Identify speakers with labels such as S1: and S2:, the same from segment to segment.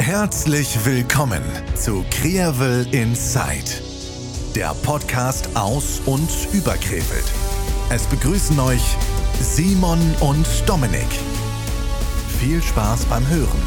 S1: Herzlich willkommen zu Krevel Inside, der Podcast aus und über Krefeld. Es begrüßen euch Simon und Dominik. Viel Spaß beim Hören.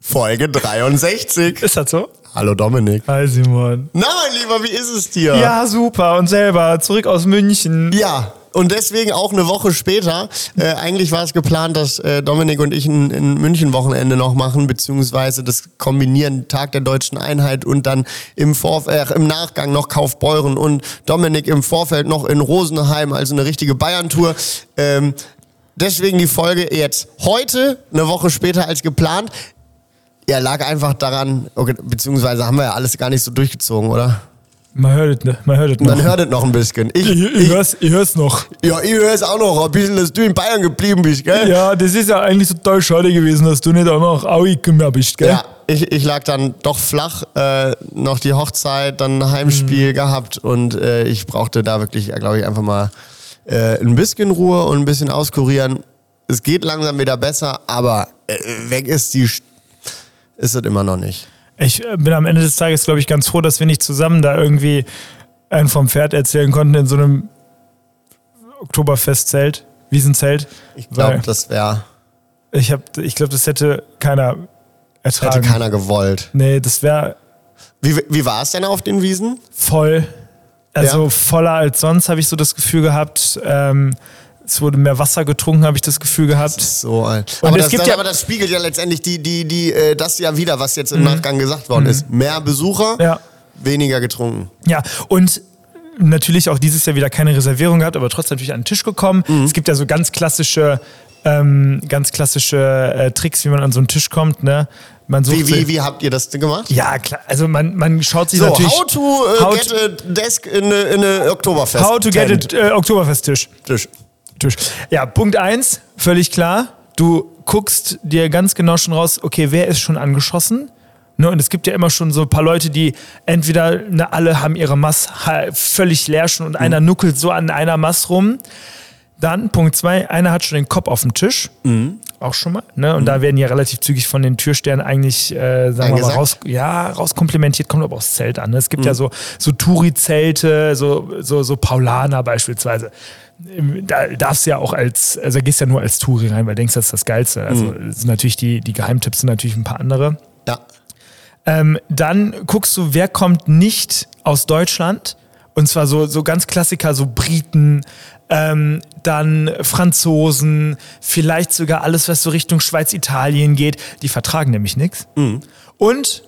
S2: Folge 63.
S3: Ist das so?
S2: Hallo Dominik.
S3: Hi Simon.
S2: Na, mein Lieber, wie ist es dir?
S3: Ja, super. Und selber, zurück aus München.
S2: Ja, und deswegen auch eine Woche später. Äh, eigentlich war es geplant, dass äh, Dominik und ich ein, ein München-Wochenende noch machen, beziehungsweise das kombinieren Tag der deutschen Einheit und dann im, Vorf äh, im Nachgang noch Kaufbeuren und Dominik im Vorfeld noch in Rosenheim, also eine richtige Bayern-Tour. Ähm, deswegen die Folge jetzt heute, eine Woche später als geplant. Ja, lag einfach daran, okay, beziehungsweise haben wir ja alles gar nicht so durchgezogen, oder?
S3: Man hört es, ne? Man hört es noch.
S2: Man hört es noch ein bisschen. Ich,
S3: Ihr- Ihr hört's- ihr hört's noch.
S2: Ja, ich höre es auch noch ein bisschen, dass du in Bayern geblieben bist, gell?
S3: Ja, das ist ja eigentlich total schade gewesen, dass du nicht auch noch Aui gekommen bist, gell?
S2: Ja, ich, ich lag dann doch flach, äh, noch die Hochzeit, dann ein Heimspiel
S3: Mhm.
S2: gehabt und äh, ich brauchte da wirklich, glaube ich, einfach mal äh, ein bisschen Ruhe und ein bisschen auskurieren. Es geht langsam wieder besser, aber äh, weg ist die, Sch- ist es immer noch nicht.
S3: Ich äh, bin am Ende des Tages, glaube ich, ganz froh, dass wir nicht zusammen da irgendwie einen vom Pferd erzählen konnten in so einem Oktoberfestzelt, Wiesenzelt.
S2: Ich glaube,
S3: Weil
S2: das wäre,
S3: ich, hab- ich glaube, das hätte keiner
S2: hätte
S3: ertragen.
S2: keiner gewollt.
S3: Nee, das wäre
S2: Wie, wie war es denn auf den Wiesen?
S3: voll. Also
S2: Ja.
S3: voller als sonst, habe ich so das Gefühl gehabt. Ähm, es wurde mehr Wasser getrunken, habe ich das Gefühl gehabt.
S2: So ein.
S3: Und
S2: aber,
S3: es
S2: das,
S3: gibt
S2: das,
S3: ja-
S2: aber das spiegelt ja letztendlich die, die, die, äh, das ja wieder, was jetzt im Nachgang gesagt worden ist. Mehr Besucher,
S3: Mhm. Ja.
S2: weniger getrunken.
S3: Ja, und natürlich auch dieses Jahr wieder keine Reservierung gehabt, aber trotzdem natürlich an den Tisch gekommen.
S2: Mhm.
S3: Es gibt ja so ganz klassische, ähm, ganz klassische äh, Tricks, wie man an so einen Tisch kommt. Ne? Man sucht
S2: Wie, wie,
S3: sich-
S2: wie habt ihr das denn gemacht?
S3: Ja, klar. Also man, man schaut sich
S2: so,
S3: natürlich.
S2: how to äh,
S3: how
S2: get
S3: to,
S2: a desk in a, in a Oktoberfest.
S3: how to get it äh, Oktoberfest-Tisch.
S2: it.
S3: Tisch. Ja, Punkt eins völlig klar. Du guckst dir ganz genau schon raus, okay, wer ist schon angeschossen? Ne, und es gibt ja immer schon so ein paar Leute, die entweder, ne, alle haben ihre Mass ha- völlig leer schon und einer nuckelt so an einer Mass rum. Dann Punkt zwei, einer hat schon den Kopf auf dem Tisch. Auch schon mal. Ne? Und da werden ja relativ zügig von den Türstern eigentlich, äh, sagen wir mal,
S2: Eingesackt?
S3: raus, ja, rauskomplimentiert, kommt aber aufs Zelt an. Ne? Es gibt ja so, so Touri-Zelte, so, so, so Paulaner beispielsweise. Da darfst du ja auch als, also da gehst du ja nur als Touri rein, weil du denkst, das ist das Geilste. Also es sind natürlich die, die Geheimtipps sind natürlich ein paar andere.
S2: Ja.
S3: Ähm, dann guckst du, wer kommt nicht aus Deutschland. Und zwar so, so ganz Klassiker, so Briten, ähm, dann Franzosen, vielleicht sogar alles, was so Richtung Schweiz, Italien geht. Die vertragen nämlich nichts. Und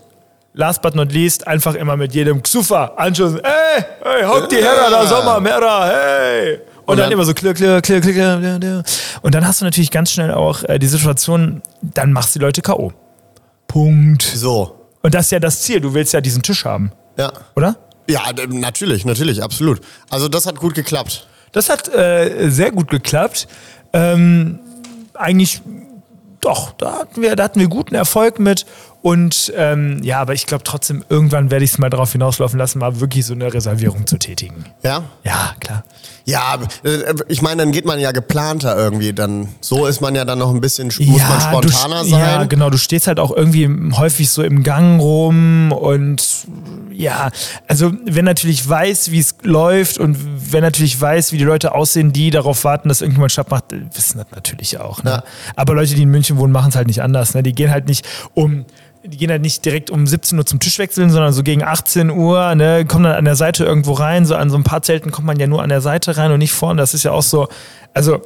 S3: last but not least, einfach immer mit jedem Xufa anschauen. Hey, hey, hock die Herra, da Sommer, Mera, hey. Und,
S2: Und
S3: dann,
S2: dann-
S3: immer so klirr, klirr, klirr, klirr, klirr, klirr, klirr. Und dann hast du natürlich ganz schnell auch äh, die Situation, dann machst du die Leute K.O. Punkt.
S2: So.
S3: Und das ist ja das Ziel. Du willst ja diesen Tisch haben,
S2: Ja.
S3: oder?
S2: Ja, d- natürlich, natürlich, absolut. Also das hat gut geklappt.
S3: Das hat äh, sehr gut geklappt. Ähm, eigentlich, doch, da hatten, wir, da hatten wir guten Erfolg mit. Und ähm, ja, aber ich glaube trotzdem, irgendwann werde ich es mal darauf hinauslaufen lassen, mal wirklich so eine Reservierung zu tätigen.
S2: Ja.
S3: Ja, klar.
S2: Ja, äh, ich meine, dann geht man ja geplanter irgendwie. Dann so ist man ja dann noch ein bisschen sch- muss
S3: ja,
S2: man spontaner
S3: du, st-
S2: sein.
S3: Ja, genau. Du stehst halt auch irgendwie häufig so im Gang rum und ja, also wenn natürlich weiß, wie es läuft und wenn natürlich weiß, wie die Leute aussehen, die darauf warten, dass irgendjemand Stadt macht, äh, wissen das natürlich auch. Ne? Aber Leute, die in München wohnen, machen es halt nicht anders. Ne? Die gehen halt nicht um. Die gehen halt nicht direkt um 17 Uhr zum Tisch wechseln, sondern so gegen 18 Uhr, ne, kommen dann an der Seite irgendwo rein. So an so ein paar Zelten kommt man ja nur an der Seite rein und nicht vorne. Das ist ja auch so, also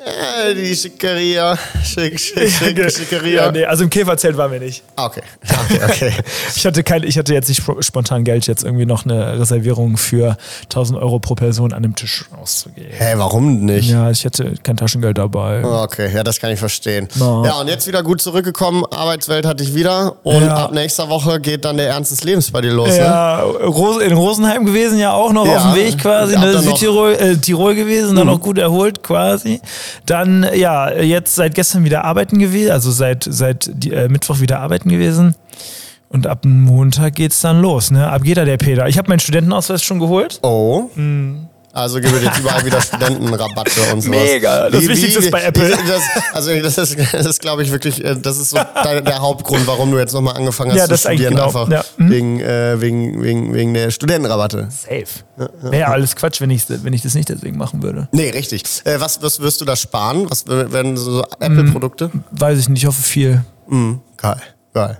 S2: Äh, die Schickeria. Schick, schick, schick, Schickeria.
S3: ja, nee, also im Käferzelt waren wir nicht.
S2: Ah, okay. Okay, okay.
S3: Ich hatte, kein, ich hatte jetzt nicht spo- spontan Geld, jetzt irgendwie noch eine Reservierung für 1000 Euro pro Person an dem Tisch auszugeben.
S2: Hä, hey, warum nicht?
S3: Ja, ich hätte kein Taschengeld dabei.
S2: Okay, ja, das kann ich verstehen.
S3: Na.
S2: Ja, und jetzt wieder gut zurückgekommen. Arbeitswelt hatte ich wieder. Und
S3: Ja.
S2: ab nächster Woche geht dann der Ernst des Lebens bei dir los, ne?
S3: Ja, Ros- in Rosenheim gewesen, ja auch noch
S2: Ja.
S3: auf dem Weg quasi,
S2: Hab
S3: ne,
S2: dann noch- Mhm.
S3: Südtirol äh, Tirol gewesen, dann auch gut erholt quasi. Dann, ja, jetzt seit gestern wieder arbeiten gewesen, also seit, seit die, äh, Mittwoch wieder arbeiten gewesen. Und ab Montag geht's dann los, ne? Ab geht da der Peter. Ich habe meinen Studentenausweis schon geholt.
S2: Oh. Also gibt es jetzt überall wieder Studentenrabatte und sowas.
S3: Mega, das Wichtigste ist bei Apple.
S2: Das, also das ist, das ist glaube ich, wirklich, äh, das ist so der, der Hauptgrund, warum du jetzt nochmal angefangen hast
S3: Ja,
S2: zu
S3: das eigentlich
S2: studieren.
S3: genau.
S2: Einfach
S3: Ja. Mhm.
S2: wegen, äh, wegen, wegen, wegen der Studentenrabatte.
S3: Safe. Wäre ja alles Quatsch, wenn ich, wenn ich das nicht deswegen machen würde.
S2: Nee, richtig. Äh, was, was wirst du da sparen? Was w- werden so
S3: Mhm.
S2: so Apple-Produkte?
S3: Weiß ich nicht, ich hoffe viel.
S2: Geil, geil.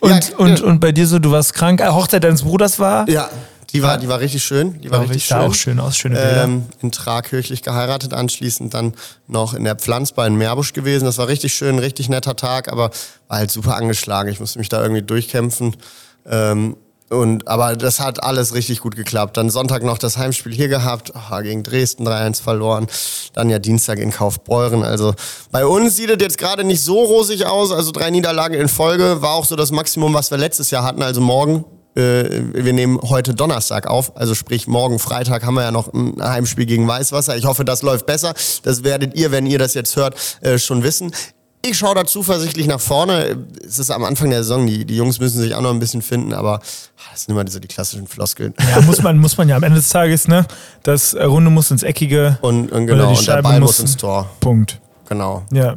S3: Und,
S2: Ja,
S3: und,
S2: ja.
S3: und bei dir so, du warst krank. Ah, Hochzeit deines Bruders war?
S2: Ja, die war, die war richtig schön. Die war
S3: War
S2: richtig
S3: sah
S2: schön.
S3: auch schön aus, schöne Bilder.
S2: ähm, in Prag kirchlich geheiratet, anschließend dann noch in der Pflanzbar in Meerbusch gewesen. Das war richtig schön, richtig netter Tag, aber war halt super angeschlagen. Ich musste mich da irgendwie durchkämpfen. Ähm, und, aber das hat alles richtig gut geklappt. Dann Sonntag noch das Heimspiel hier gehabt, ah, gegen Dresden 3-1 verloren. Dann ja Dienstag in Kaufbeuren. Also bei uns sieht es jetzt gerade nicht so rosig aus. Also drei Niederlagen in Folge war auch so das Maximum, was wir letztes Jahr hatten. Also morgen äh, wir nehmen heute Donnerstag auf, also sprich morgen Freitag haben wir ja noch ein Heimspiel gegen Weißwasser. Ich hoffe, das läuft besser. Das werdet ihr, wenn ihr das jetzt hört, äh, schon wissen. Ich schaue da zuversichtlich nach vorne. Es ist am Anfang der Saison, die, die Jungs müssen sich auch noch ein bisschen finden, aber ah, das sind immer so die klassischen Floskeln.
S3: Ja, muss man, muss man ja am Ende des Tages, ne? Das äh, Runde muss ins Eckige.
S2: Und, und
S3: Oder
S2: genau,
S3: die
S2: und der
S3: Scheibe
S2: Ball
S3: muss-
S2: muss ins Tor.
S3: Punkt.
S2: Genau.
S3: Ja.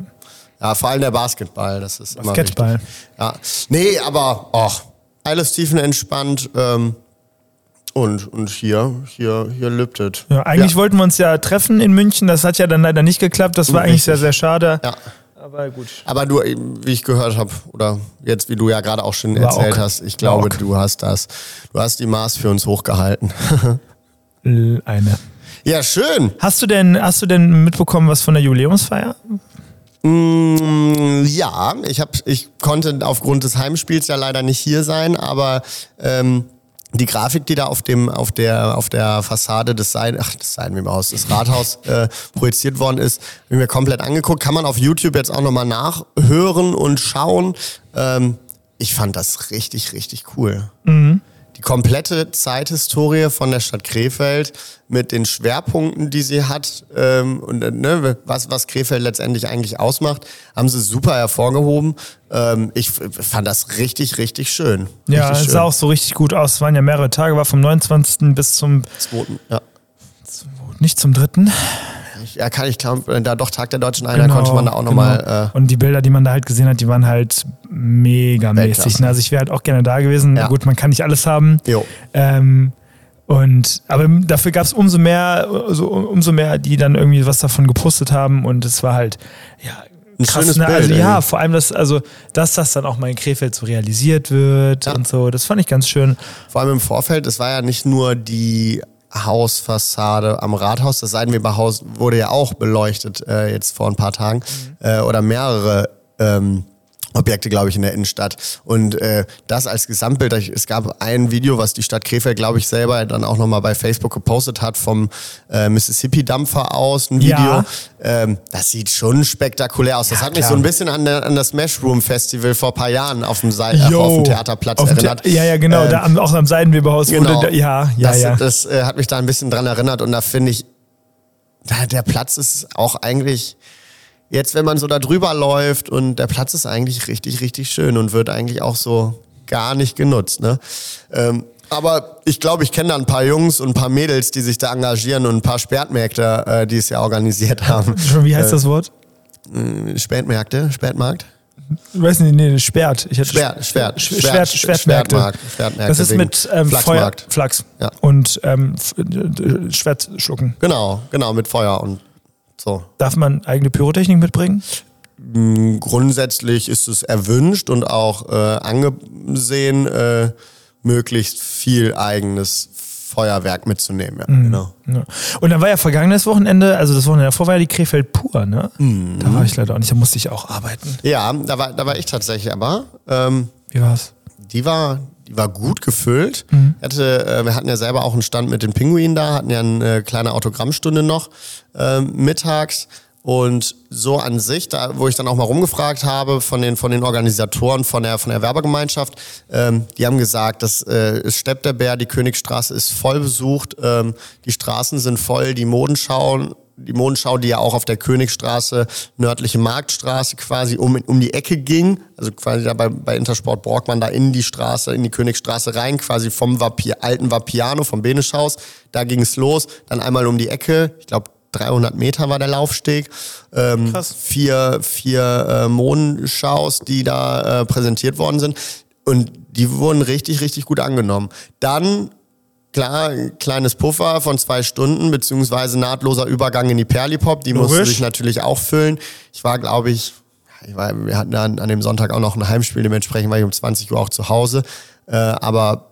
S2: Ja, vor allem der Basketball, das ist immer
S3: Basketball.
S2: wichtig. Ja. Nee, aber ach, alles tiefenentspannt ähm, und, und hier, hier, hier lübtet.
S3: ja eigentlich wollten wir uns ja treffen in München. Das hat ja dann leider nicht geklappt. Das war eigentlich sehr, sehr schade.
S2: Ja.
S3: Aber gut.
S2: Aber du, eben, wie ich gehört habe, oder jetzt, wie du ja gerade auch schon
S3: War
S2: erzählt
S3: ok.
S2: hast, ich glaube,
S3: ok.
S2: du hast das. Du hast die Maß für uns hochgehalten.
S3: L- Eine.
S2: ja, schön.
S3: Hast du denn, hast du denn mitbekommen, was von der Jubiläumsfeier?
S2: Mm, ja, ich, hab, ich konnte aufgrund des Heimspiels ja leider nicht hier sein, aber ähm, die Grafik, die da auf, dem, auf, der, auf der Fassade des, Sein, ach, des Seidenweberhaus, des Rathaus äh, projiziert worden ist, hab ich mir komplett angeguckt. Kann man auf YouTube jetzt auch nochmal nachhören und schauen. Ähm, ich fand das richtig, richtig cool. die komplette Zeithistorie von der Stadt Krefeld mit den Schwerpunkten, die sie hat ähm, und äh, ne, was, was Krefeld letztendlich eigentlich ausmacht, haben sie super hervorgehoben. Ähm, ich f- fand das richtig, richtig schön.
S3: Ja,
S2: richtig
S3: es
S2: schön.
S3: sah auch so richtig gut aus. Es waren ja mehrere Tage, war vom 29. bis zum,
S2: Zweiten, ja.
S3: nicht zum 3.
S2: Ich, ja, kann ich glaube, da doch Tag der Deutschen Einheit konnte man da auch
S3: genau.
S2: nochmal. Äh,
S3: Und die Bilder, die man da halt gesehen hat, die waren halt mega mäßig.
S2: Weltklasse.
S3: ne? Also ich wäre halt auch gerne da gewesen.
S2: Ja.
S3: Gut, man kann nicht alles haben.
S2: äh, Jo.
S3: Ähm, und aber dafür gab es umso mehr, also umso mehr, die dann irgendwie was davon gepostet haben und es war halt ja
S2: Ein schönes Bild,
S3: also ja,
S2: irgendwie.
S3: vor allem das, also dass das dann auch mal in Krefeld so realisiert wird
S2: Ja.
S3: und so, das fand ich ganz schön.
S2: Vor allem im Vorfeld, es war ja nicht nur die Hausfassade am Rathaus, das Seidenweberhaus wurde ja auch beleuchtet äh, jetzt vor ein paar Tagen
S3: Mhm.
S2: äh, oder mehrere ähm, Objekte, glaube ich, in der Innenstadt. Und äh, das als Gesamtbild, ich- es gab ein Video, was die Stadt Krefeld, glaube ich, selber dann auch nochmal bei Facebook gepostet hat, vom äh, Mississippi-Dampfer aus, ein Video.
S3: Ja.
S2: Ähm, das sieht schon spektakulär aus. Das hat mich
S3: klar.
S2: so ein bisschen an, der, an das Mesh Room Festival vor ein paar Jahren auf dem, Seil, äh,
S3: Yo.
S2: auf dem Theaterplatz
S3: Auf dem Thea-
S2: erinnert.
S3: ja, ja, genau,
S2: Ähm,
S3: da am, auch am Seidenweberhaus wurde, da, ja,
S2: Genau.
S3: ja,
S2: das,
S3: ja.
S2: Das äh, hat mich da ein bisschen dran erinnert und da finde ich, da, der Platz ist auch eigentlich, jetzt wenn man so da drüber läuft und der Platz ist eigentlich richtig, richtig schön und wird eigentlich auch so gar nicht genutzt. Ne? Ähm, aber ich glaube, ich kenne da ein paar Jungs und ein paar Mädels, die sich da engagieren und ein paar Sperrtmärkte, äh, die es ja organisiert haben.
S3: Schon, wie heißt
S2: äh,
S3: das Wort?
S2: Spätmärkte, Spätmarkt?
S3: Ich weiß nicht, nee, Sperrt. Ich hatte
S2: Schwert, Schwert,
S3: Sch- Schwert, Schwertmärkte.
S2: Schwertmarkt, Schwertmärkte
S3: Das ist
S2: wegen
S3: mit ähm, Feuer,
S2: Flachsmarkt.
S3: Flachs
S2: Ja.
S3: und ähm, F- äh, Schwert schlucken.
S2: Genau, genau, mit Feuer und so.
S3: Darf man eigene Pyrotechnik mitbringen?
S2: grundsätzlich ist es erwünscht und auch äh, angesehen, äh, möglichst viel eigenes Feuerwerk mitzunehmen. Ja, genau.
S3: Ja. Und dann war ja vergangenes Wochenende, also das Wochenende davor war ja die Krefeld pur, ne?
S2: Mhm.
S3: Da war ich leider auch nicht, da musste ich auch arbeiten.
S2: ja da, war, da war ich tatsächlich aber. Ähm,
S3: Wie war's?
S2: die war, die war gut gefüllt. Hatte, äh, wir hatten ja selber auch einen Stand mit den Pinguinen da, hatten ja eine äh, kleine Autogrammstunde noch ähm, mittags. Und so an sich, da, wo ich dann auch mal rumgefragt habe von den, von den Organisatoren, von der, von der Werbegemeinschaft, ähm, die haben gesagt, das äh, ist Stepp der Bär, die Königstraße ist voll besucht, ähm, die Straßen sind voll, die Modenschauen die Mondschau, die ja auch auf der Königstraße, nördliche Marktstraße quasi um, um die Ecke ging, also quasi da bei, bei Intersport Borgmann da in die Straße, in die Königstraße rein, quasi vom Vapi alten Vapiano, vom Beneschhaus, da ging es los, dann einmal um die Ecke, ich glaube 300 Meter war der Laufsteg, ähm,
S3: Krass.
S2: vier, vier äh, Mondschaus, die da äh, präsentiert worden sind und die wurden richtig, richtig gut angenommen. Dann klar, ein kleines Puffer von zwei Stunden, beziehungsweise nahtloser Übergang in die Perlipop. Die musste
S3: Logisch.
S2: sich natürlich auch füllen. Ich war, glaube ich, ich war, wir hatten an, an dem Sonntag auch noch ein Heimspiel, dementsprechend war ich um 20 Uhr auch zu Hause. Äh, aber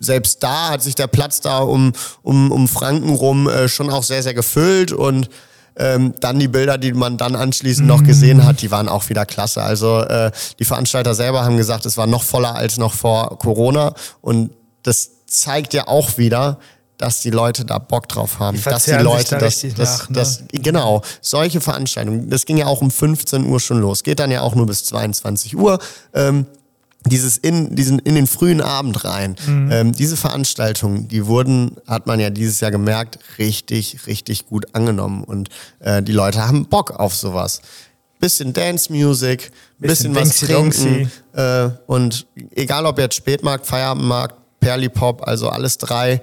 S2: selbst da hat sich der Platz da um, um, um Franken rum äh, schon auch sehr, sehr gefüllt und ähm, dann die Bilder, die man dann anschließend noch
S3: Mhm.
S2: gesehen hat, die waren auch wieder klasse. Also äh, die Veranstalter selber haben gesagt, es war noch voller als noch vor Corona und das zeigt ja auch wieder, dass die Leute da Bock drauf haben, dass die
S3: verzehren sich
S2: Leute
S3: da
S2: das,
S3: richtig
S2: das,
S3: nach, ne?
S2: das genau solche Veranstaltungen. Das ging ja auch um 15 Uhr schon los, geht dann ja auch nur bis 22 Uhr. Ähm, dieses in diesen in den frühen Abend rein. Ähm, diese Veranstaltungen, die wurden, hat man ja dieses Jahr gemerkt, richtig richtig gut angenommen und äh, die Leute haben Bock auf sowas. Bisschen Dance Music, bisschen,
S3: Bisschen
S2: was
S3: Dingsy
S2: trinken
S3: Dongsy.
S2: äh, und egal ob jetzt Spätmarkt, Feierabendmarkt, Perlipop, also alles drei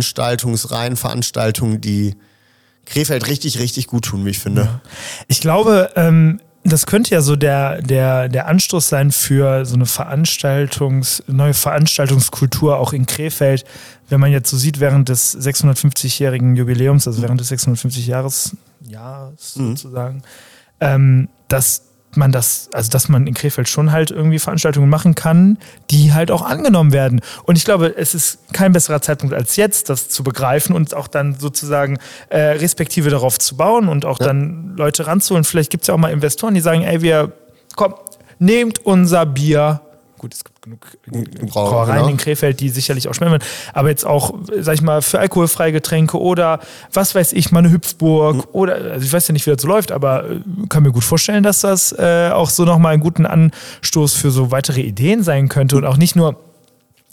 S2: Veranstaltungsreihen, Veranstaltungen, die Krefeld richtig richtig gut tun, wie ich finde.
S3: Ich glaube, ähm, das könnte ja so der, der, der Anstoß sein für so eine Veranstaltungs-, neue Veranstaltungskultur auch in Krefeld, wenn man jetzt so sieht, während des 650-jährigen Jubiläums, also während des 650-Jahres, Jahres sozusagen, ähm, dass man das, also dass man in Krefeld schon halt irgendwie Veranstaltungen machen kann, die halt auch angenommen werden. Und ich glaube, es ist kein besserer Zeitpunkt als jetzt, das zu begreifen und auch dann sozusagen äh, respektive darauf zu bauen und auch dann Leute ranzuholen. Vielleicht gibt es ja auch mal Investoren, die sagen, ey, wir, komm, nehmt unser Bier. Gut, es gibt genug
S2: Brauerei,
S3: Brauereien
S2: ne?
S3: in Krefeld, die sicherlich auch schmecken werden. Aber jetzt auch, sag ich mal, für alkoholfreie Getränke oder was weiß ich, mal eine Hüpfburg oder, also ich weiß ja nicht, wie das so läuft, aber äh, kann mir gut vorstellen, dass das äh, auch so nochmal einen guten Anstoß für so weitere Ideen sein könnte und auch nicht nur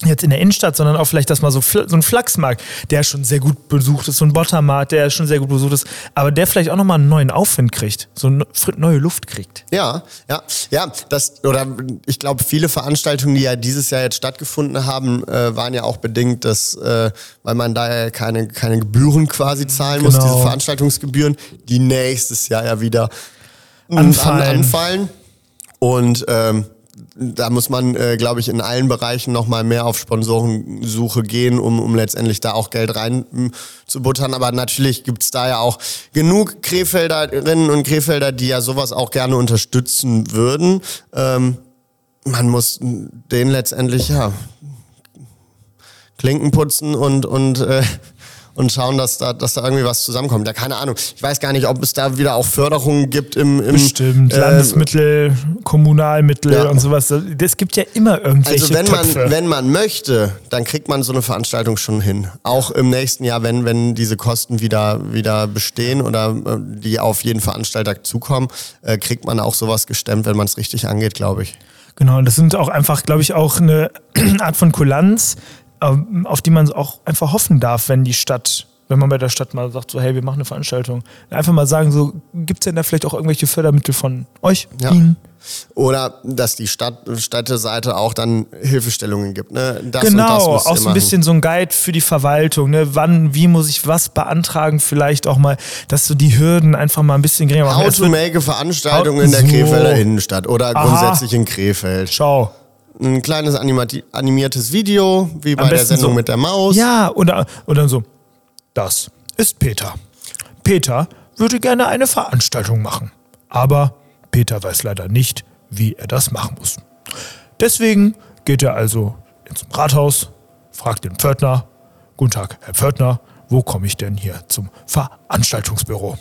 S3: jetzt in der Innenstadt, sondern auch vielleicht, dass mal so, Fl- so ein Flachsmarkt, der schon sehr gut besucht ist, so ein Bottermarkt, der schon sehr gut besucht ist, aber der vielleicht auch nochmal einen neuen Aufwind kriegt, so eine fr- neue Luft kriegt.
S2: Ja, ja, ja. Das oder ich glaube, viele Veranstaltungen, die ja dieses Jahr jetzt stattgefunden haben, äh, waren ja auch bedingt, dass äh, weil man da ja keine keine Gebühren quasi zahlen muss,
S3: Genau.
S2: diese Veranstaltungsgebühren, die nächstes Jahr ja wieder
S3: Anfallen.
S2: an- anfallen. Und ähm, da muss man, äh, glaube ich, in allen Bereichen nochmal mehr auf Sponsorensuche gehen, um, um letztendlich da auch Geld rein m, zu buttern. Aber natürlich gibt's da ja auch genug Krefelderinnen und Krefelder, die ja sowas auch gerne unterstützen würden. Ähm, man muss den letztendlich, ja, Klinken putzen und, und, äh, und schauen, dass da, dass da irgendwie was zusammenkommt. Ja, keine Ahnung. Ich weiß gar nicht, ob es da wieder auch Förderungen gibt im, im
S3: Stimmt,
S2: äh,
S3: Landesmittel, Kommunalmittel
S2: ja.
S3: und sowas. Es gibt ja immer irgendwelche
S2: Also wenn man,
S3: Töpfe.
S2: wenn man möchte, dann kriegt man so eine Veranstaltung schon hin. Auch im nächsten Jahr, wenn, wenn diese Kosten wieder, wieder bestehen oder äh, die auf jeden Veranstalter zukommen, äh, kriegt man auch sowas gestemmt, wenn man es richtig angeht, glaube ich.
S3: Genau, und das sind auch einfach, glaube ich, auch eine Art von Kulanz, ähm, auf die man auch einfach hoffen darf, wenn die Stadt, wenn man bei der Stadt mal sagt, so, hey, wir machen eine Veranstaltung. Einfach mal sagen, so, gibt es denn da vielleicht auch irgendwelche Fördermittel von euch?
S2: Ja.
S3: Ihnen?
S2: Oder dass die Stadt, Städteseite auch dann Hilfestellungen gibt. Ne? Das und das
S3: Genau,
S2: müsst ihr
S3: auch so ein
S2: machen.
S3: bisschen so ein Guide für die Verwaltung. Ne? Wann, wie muss ich was beantragen? Vielleicht auch mal, dass so die Hürden einfach mal ein bisschen geringer machen.
S2: How
S3: Es
S2: to
S3: wird-
S2: make Veranstaltungen
S3: How-
S2: in der
S3: So.
S2: Krefelder Innenstadt oder
S3: Aha.
S2: grundsätzlich in Krefeld.
S3: Schau.
S2: Ein kleines animati- animiertes Video, wie bei der
S3: besten
S2: Sendung
S3: so-
S2: mit der Maus.
S3: Ja, und, da- und dann so, das ist Peter. Peter würde gerne eine Veranstaltung machen. Aber Peter weiß leider nicht, wie er das machen muss. Deswegen geht er also ins Rathaus, fragt den Pförtner, Guten Tag, Herr Pförtner, wo komme ich denn hier zum Veranstaltungsbüro?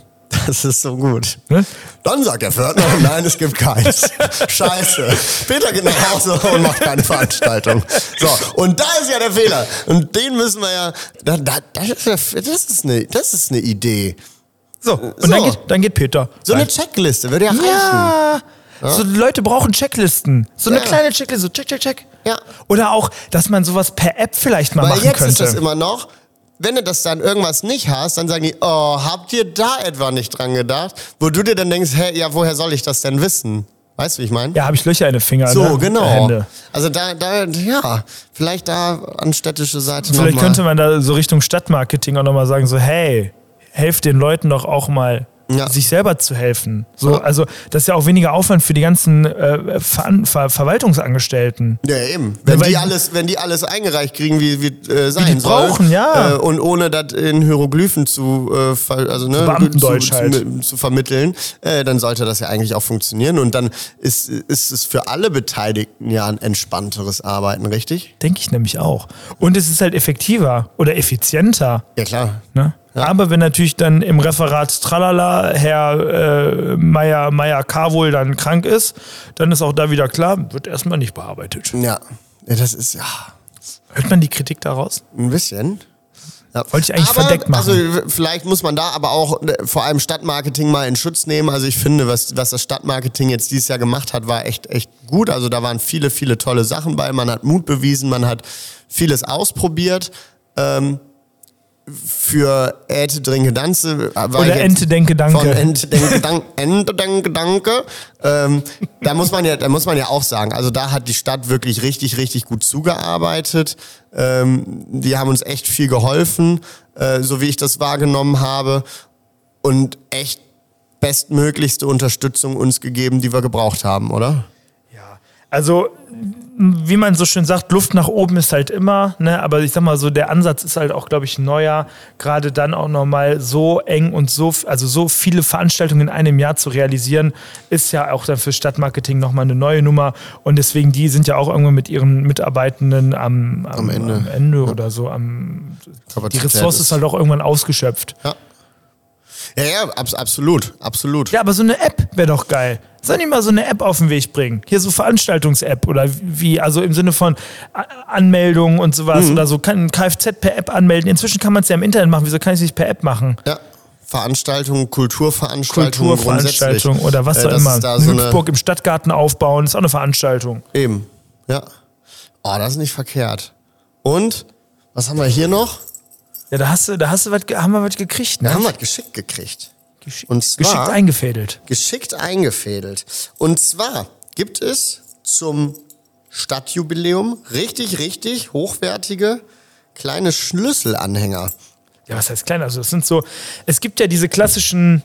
S2: Das ist so gut.
S3: Ne?
S2: Dann sagt der Pförtner, nein, es gibt keins. Scheiße. Peter geht nach Hause und macht keine Veranstaltung. So, und da ist ja der Fehler. Und den müssen wir ja. Da, da, das, ist, ja- das, ist eine, das ist eine Idee.
S3: So, und Dann,
S2: So.
S3: geht, dann geht Peter.
S2: So eine Checkliste würde ja reichen.
S3: Ja. So Leute brauchen Checklisten. So eine
S2: Ja.
S3: kleine Checkliste, so check, check, check.
S2: Ja.
S3: Oder auch, dass man sowas per App vielleicht mal
S2: Weil
S3: machen
S2: jetzt
S3: könnte.
S2: ist das immer noch. Wenn du das dann irgendwas nicht hast, dann sagen die, oh, habt ihr da etwa nicht dran gedacht? Wo du dir dann denkst, hä, ja, woher soll ich das denn wissen? Weißt du, wie ich meine?
S3: Ja, habe ich Löcher in den Fingern.
S2: So,
S3: ne?
S2: genau.
S3: Hände.
S2: Also da, da, ja, vielleicht da an städtische Seite
S3: Vielleicht
S2: nochmal.
S3: könnte man da so Richtung Stadtmarketing auch nochmal sagen, so hey, helft den Leuten doch auch mal,
S2: Ja.
S3: sich selber zu helfen. So,
S2: Ja.
S3: Also das ist ja auch weniger Aufwand für die ganzen äh, Ver Ver Verwaltungsangestellten.
S2: Ja, eben. Wenn
S3: weil-
S2: die, alles, wenn die alles eingereicht kriegen, wie, wie äh, sein
S3: die brauchen,
S2: soll,
S3: ja.
S2: Äh, und ohne das in Hieroglyphen zu, äh, ver- also, ne, zu,
S3: Beamtendeutsch
S2: zu,
S3: halt.
S2: zu, zu vermitteln, äh, dann sollte das ja eigentlich auch funktionieren. Und dann ist, ist es für alle Beteiligten ja ein entspannteres Arbeiten, richtig?
S3: Denke ich nämlich auch. Und es ist halt effektiver oder effizienter.
S2: Ja, klar.
S3: Ne? Aber wenn natürlich dann im Referat Tralala Herr äh, Meier, Meier K. wohl dann krank ist, dann ist auch da wieder klar, wird erstmal nicht bearbeitet.
S2: Ja. ja das ist ja
S3: Hört man die Kritik daraus?
S2: ein bisschen. Ja.
S3: Wollte ich eigentlich
S2: aber,
S3: verdeckt machen.
S2: Also w- vielleicht muss man da aber auch äh, vor allem Stadtmarketing mal in Schutz nehmen. Also ich finde, was, was das Stadtmarketing jetzt dieses Jahr gemacht hat, war echt, echt gut. Also da waren viele, viele tolle Sachen bei. Man hat Mut bewiesen, man hat vieles ausprobiert. Ähm, für Äte Drinke Danze äh, war
S3: Oder
S2: ich jetzt-
S3: Ente, Denke, Danke.
S2: Von Ente Denke Danke. Ente Denke Danke. Ähm, da muss man ja, da muss man ja auch sagen. Also da hat die Stadt wirklich richtig, richtig gut zugearbeitet Ähm, die haben uns echt viel geholfen, äh, so wie ich das wahrgenommen habe und echt bestmöglichste Unterstützung uns gegeben, die wir gebraucht haben, oder?
S3: Ja, also m- wie man so schön sagt, Luft nach oben ist halt immer, ne? aber ich sag mal so, der Ansatz ist halt auch, glaube ich, neuer, gerade dann auch nochmal so eng und so, f- also so viele Veranstaltungen in einem Jahr zu realisieren, ist ja auch dann für Stadtmarketing nochmal eine neue Nummer und deswegen, die sind ja auch irgendwann mit ihren Mitarbeitenden am, am,
S2: Am Ende.
S3: am Ende oder so, am, die
S2: Kapazität
S3: Ressource ist halt auch irgendwann ausgeschöpft.
S2: Ja, ja, ja abs absolut, absolut.
S3: Ja, aber so eine App wäre doch geil. Soll ich mal so eine App auf den Weg bringen? Hier so Veranstaltungs-App oder wie, also im Sinne von A- Anmeldungen und sowas
S2: Mhm.
S3: oder so. Kann ein Kfz per App anmelden. Inzwischen kann man es ja im Internet machen. Wieso kann ich es nicht per App machen?
S2: Ja. Veranstaltungen, Kulturveranstaltungen
S3: Kulturveranstaltung
S2: grundsätzlich.
S3: oder was
S2: Äh,
S3: auch
S2: dass
S3: immer.
S2: es Da
S3: Eine
S2: so eine,
S3: Hüpfburg im Stadtgarten aufbauen, ist auch eine Veranstaltung.
S2: eben, ja. Oh, das ist nicht verkehrt. Und, was haben wir hier noch?
S3: Ja, da hast du, da hast du was, ge- haben wir was gekriegt,
S2: Da
S3: ne?
S2: haben wir was geschickt gekriegt.
S3: Gesch-
S2: Und zwar-
S3: geschickt eingefädelt.
S2: geschickt eingefädelt. Und zwar gibt es zum Stadtjubiläum richtig, richtig hochwertige kleine Schlüsselanhänger.
S3: ja, was heißt klein? Also es sind so, es gibt ja diese klassischen,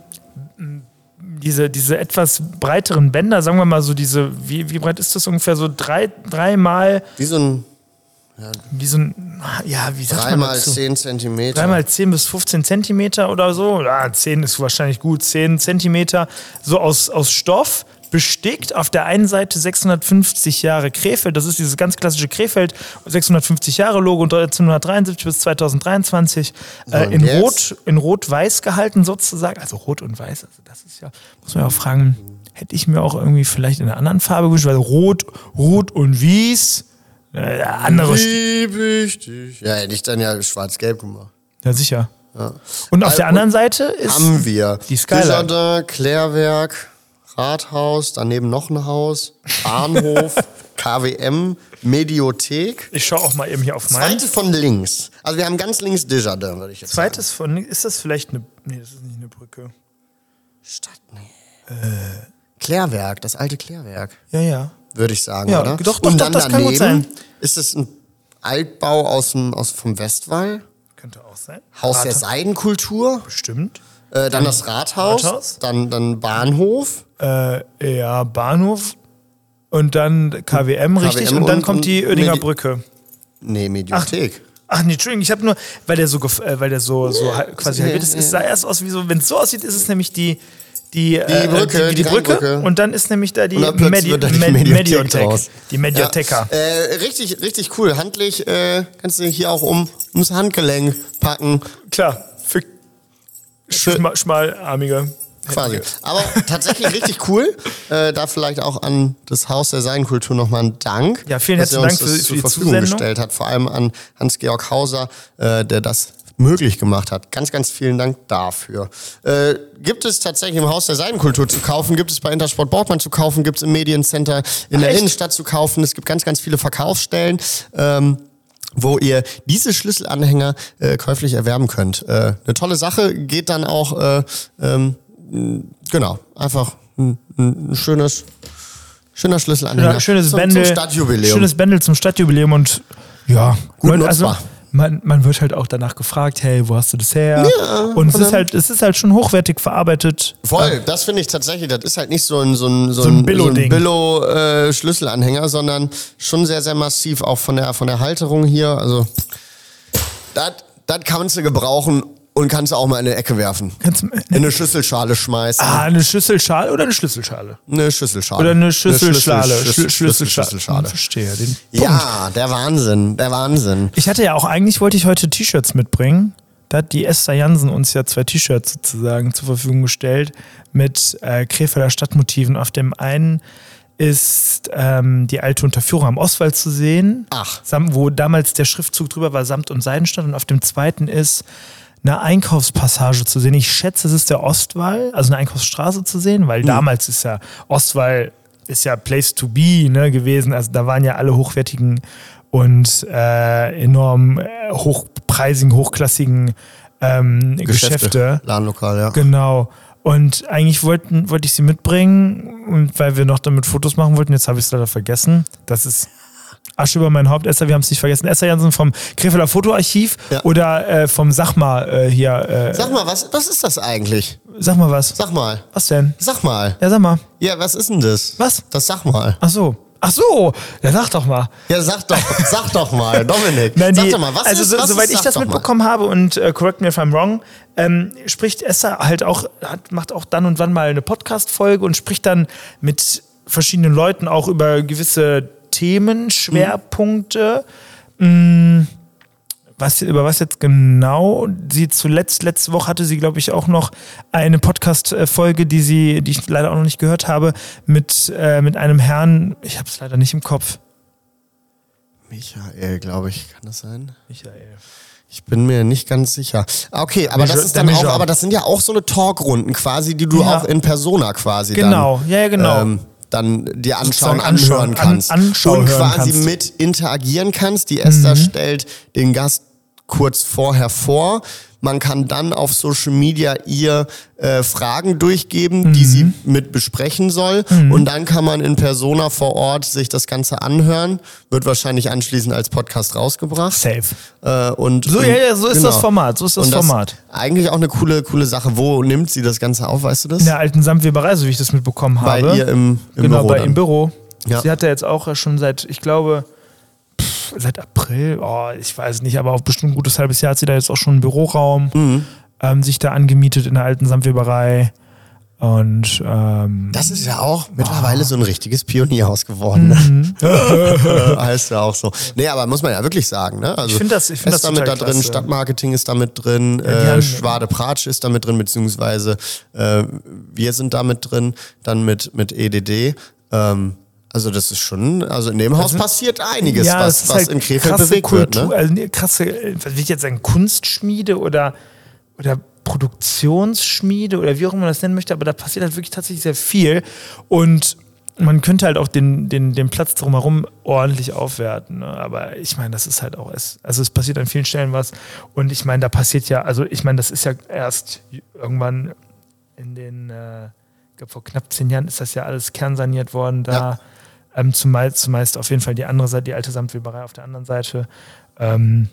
S3: m, diese, diese etwas breiteren Bänder, sagen wir mal so diese, wie, wie breit ist das ungefähr? So drei, dreimal,
S2: Wie so ein
S3: wie so ein, ja, wie sagt man
S2: dreimal
S3: dazu?
S2: 10 Zentimeter.
S3: Dreimal 10 bis 15 Zentimeter oder so. Ja, 10 ist wahrscheinlich gut, 10 Zentimeter. So aus, aus Stoff, bestickt. Auf der einen Seite 650 Jahre Krefeld. Das ist dieses ganz klassische Krefeld. 650 Jahre Logo und 1973 bis 2023. Äh,
S2: und
S3: in
S2: jetzt?
S3: Rot, in Rot-Weiß gehalten sozusagen. Also Rot und Weiß. Also das ist ja, muss man ja auch fragen, hätte ich mir auch irgendwie vielleicht in einer anderen Farbe gewünscht, weil Rot, Rot und Wies. Äh, andere. St-
S2: Lieb ich dich. Ja, hätte ich dann ja schwarz-gelb gemacht.
S3: Ja, sicher. Und auf
S2: Weil-
S3: der anderen Seite ist.
S2: Also, Haben wir.
S3: Die Skyline.
S2: Düsseldorf, Klärwerk, Rathaus, daneben noch ein Haus, Bahnhof, KWM, Mediothek.
S3: Ich schaue auch mal eben hier auf mein.
S2: Zweite von links. Also wir haben ganz links Desjardins, würde ich jetzt sagen.
S3: Zweites von. Ist das vielleicht eine. Nee, das ist nicht eine Brücke.
S2: Stadt, nee. Klärwerk, das alte Klärwerk,
S3: Ja, ja.
S2: würde ich sagen,
S3: Ja,
S2: oder?
S3: doch, doch,
S2: Und
S3: doch,
S2: dann
S3: das kann
S2: daneben
S3: gut
S2: ist es ein Altbau aus dem, aus, vom Westwall,
S3: Könnte auch sein.
S2: Haus der
S3: Rathaus.
S2: Seidenkultur,
S3: Bestimmt.
S2: äh, dann das Rathaus,
S3: Hm. Rathaus.
S2: Dann, dann Bahnhof.
S3: Äh, ja, Bahnhof. Und dann KWM, richtig.
S2: KWM
S3: Und dann
S2: und-
S3: kommt die
S2: und
S3: Oedinger
S2: Medi-
S3: Brücke.
S2: Nee, Mediothek.
S3: Ach nee, Entschuldigung, ich habe nur, weil der so, gef- äh, weil der so, so hal- quasi
S2: Nee,
S3: halbiert ist,
S2: nee.
S3: es sah erst aus wie so, wenn es so aussieht, ist es nämlich die, die, äh,
S2: Brücke,
S3: die,
S2: die
S3: die Brücke
S2: Rheinbrücke.
S3: und dann ist nämlich da die
S2: Und dann plötzlich
S3: Medi
S2: wird da die
S3: Med-
S2: Mediothek
S3: Mediothek,
S2: draus.
S3: die Mediotheker.
S2: Ja, äh, richtig, richtig cool. Handlich äh, kannst du hier auch um, ums Handgelenk packen.
S3: Klar, für schma schmalarmige.
S2: Quasi. Aber tatsächlich richtig cool. Äh, da vielleicht auch an das Haus der Seidenkultur nochmal ein Dank.
S3: Ja, vielen
S2: dass er
S3: herzlichen
S2: uns das
S3: Dank für- für
S2: zur
S3: die
S2: Verfügung
S3: Zusendung.
S2: gestellt hat. Vor allem an Hans-Georg Hauser, äh, der das möglich gemacht hat. Ganz, ganz vielen Dank dafür. Äh, gibt es tatsächlich im Haus der Seidenkultur zu kaufen? Gibt es bei Intersport Borgmann zu kaufen? Gibt es im Mediencenter in der
S3: echt?
S2: Innenstadt zu kaufen? Es gibt ganz, ganz viele Verkaufsstellen. Ähm, wo ihr diese Schlüsselanhänger äh, käuflich erwerben könnt. Äh, eine tolle Sache, geht dann auch, äh, ähm, genau, einfach ein, ein schönes, schöner Schlüsselanhänger.
S3: Ja, schönes
S2: zum,
S3: Bändel.
S2: Zum Stadtjubiläum.
S3: Schönes Bändel zum Stadtjubiläum und ja,
S2: Gut
S3: Leute,
S2: nutzbar.
S3: man, man wird halt auch danach gefragt, hey, wo hast du das her? und es ist halt, es ist halt schon hochwertig verarbeitet.
S2: Voll, das finde ich tatsächlich, das ist halt nicht so ein, so ein, so
S3: So
S2: ein,
S3: ein
S2: so ein
S3: Billo-Ding.
S2: Billo-Schlüsselanhänger, sondern schon sehr, sehr massiv, auch von der, von der Halterung hier. Also, das kannst du gebrauchen und kannst du auch mal in eine Ecke werfen.
S3: Kannst du-
S2: In eine Schüsselschale schmeißen.
S3: Ah, eine Schüsselschale oder eine Schlüsselschale?
S2: Eine Schüsselschale.
S3: Oder eine Schüsselschale.
S2: Schlüssel-
S3: Schlüssel-
S2: Schlüssel- Schlüsselschale.
S3: Schlüsselschale. Verstehe. Den Punkt.
S2: Ja, der Wahnsinn, der Wahnsinn.
S3: Ich hatte ja auch, eigentlich wollte ich heute T-Shirts mitbringen. Da hat die Esther Jansen uns ja zwei T-Shirts sozusagen zur Verfügung gestellt mit äh, Krefelder Stadtmotiven. Auf dem einen ist ähm, die alte Unterführung am Oswald zu sehen,
S2: Ach.
S3: Sam- wo damals der Schriftzug drüber war, Samt und Seiden stand. Und auf dem zweiten ist eine Einkaufspassage zu sehen. Ich schätze, es ist der Ostwall, also eine Einkaufsstraße zu sehen, weil damals ist ja Ostwall ist ja Place to be ne, gewesen. Also da waren ja alle hochwertigen und äh, enorm äh, hochpreisigen, hochklassigen ähm, Geschäfte.
S2: Ladenlokal, ja.
S3: Genau. Und eigentlich wollten, wollte ich sie mitbringen, und weil wir noch damit Fotos machen wollten. Jetzt habe ich es leider vergessen. Das ist Asche über mein Haupt. Esther, wir haben es nicht vergessen. Esther Jansen vom Krefelder Fotoarchiv
S2: Ja.
S3: oder äh, vom Sachma äh, hier. Äh,
S2: Sag mal, was, was ist das eigentlich?
S3: sag mal was.
S2: Sag mal,
S3: Was denn?
S2: sag mal.
S3: Ja, sag mal.
S2: Ja, was ist denn das?
S3: Was?
S2: Das sag mal.
S3: Ach so. Ach so. Ja, sag doch mal.
S2: Ja, sag doch, sag doch mal, Dominik.
S3: Nein,
S2: sag
S3: die-
S2: doch mal, was
S3: also
S2: ist
S3: so,
S2: was
S3: soweit
S2: ist,
S3: ich
S2: sag
S3: das
S2: doch mal.
S3: mitbekommen habe und äh, correct me if I'm wrong, ähm, spricht Esther halt auch, hat, macht auch dann und wann mal eine Podcast-Folge und spricht dann mit verschiedenen Leuten auch über gewisse Themen, Schwerpunkte. Mm, Was, über was jetzt genau? Sie zuletzt, letzte Woche hatte sie, glaube ich, auch noch eine Podcast-Folge, die sie, die ich leider auch noch nicht gehört habe, mit, äh, mit einem Herrn, ich habe es leider nicht im Kopf.
S2: Michael, glaube ich, kann das sein?
S3: Michael.
S2: Ich bin mir nicht ganz sicher. Ah, Okay, aber das
S3: Major-
S2: ist dann
S3: der
S2: auch,
S3: Major.
S2: aber das sind ja auch so eine Talkrunden quasi, die du
S3: Ja.
S2: auch in Persona quasi
S3: Genau,
S2: dann,
S3: ja, ja, genau.
S2: ähm, dann dir anschauen,
S3: Sozusagen
S2: anhören
S3: anschauen,
S2: kannst.
S3: an- anschauen,
S2: und
S3: hören
S2: quasi
S3: kannst. Mhm.
S2: mit interagieren kannst. Die Esther stellt den Gast kurz vorher vor. Man kann dann auf Social Media ihr äh, Fragen durchgeben, die
S3: Mhm.
S2: sie mit besprechen soll. Und dann kann man in Persona vor Ort sich das Ganze anhören. Wird wahrscheinlich anschließend als Podcast rausgebracht.
S3: Safe.
S2: Äh, und, genau.
S3: So, ja, ja, so ist das Format, so ist das
S2: und
S3: Format.
S2: Eigentlich auch eine coole, coole Sache. Wo nimmt sie das Ganze auf, weißt du das?
S3: In der alten Samtweberei, so wie ich das mitbekommen
S2: Bei
S3: habe.
S2: ihr im, im
S3: genau,
S2: Büro.
S3: bei
S2: dann.
S3: im Büro.
S2: Ja.
S3: Sie hat ja jetzt auch schon seit, ich glaube, pff, seit April, oh, ich weiß nicht, aber auch bestimmt ein gutes halbes Jahr hat sie da jetzt auch schon einen Büroraum,
S2: Mhm.
S3: ähm, sich da angemietet in der alten Samtweberei. Und ähm,
S2: Das ist ja auch mittlerweile so ein richtiges Pionierhaus geworden. ne?
S3: Mhm.
S2: heißt ja auch so. Nee, aber muss man ja wirklich sagen. Ne? Also
S3: Ich find das- ich find
S2: ist
S3: das
S2: damit da
S3: total
S2: drin,
S3: klasse.
S2: Stadtmarketing ist damit drin,
S3: die
S2: äh,
S3: haben-
S2: Schwade Pratsch ist damit drin, beziehungsweise äh, wir sind damit drin, dann mit, mit EDD. Ähm, also das ist schon, also in dem Haus passiert einiges, was, was
S3: halt
S2: in Krefeld bewegt wird. Ne?
S3: also ne, krasse, äh, was will ich jetzt sagen, Kunstschmiede oder, oder Produktionsschmiede oder wie auch immer man das nennen möchte, aber da passiert halt wirklich tatsächlich sehr viel und man könnte halt auch den, den, den Platz drumherum ordentlich aufwerten. Ne? Aber ich meine, das ist halt auch, es, also es passiert an vielen Stellen was. Und ich meine, da passiert ja, also ich meine, das ist ja erst irgendwann in den, äh, ich glaube vor knapp zehn Jahren ist das ja alles kernsaniert worden. Da
S2: Ja.
S3: ähm, zumeist, zumeist auf jeden Fall die andere Seite, die alte Samtweberei auf der anderen Seite, ähm,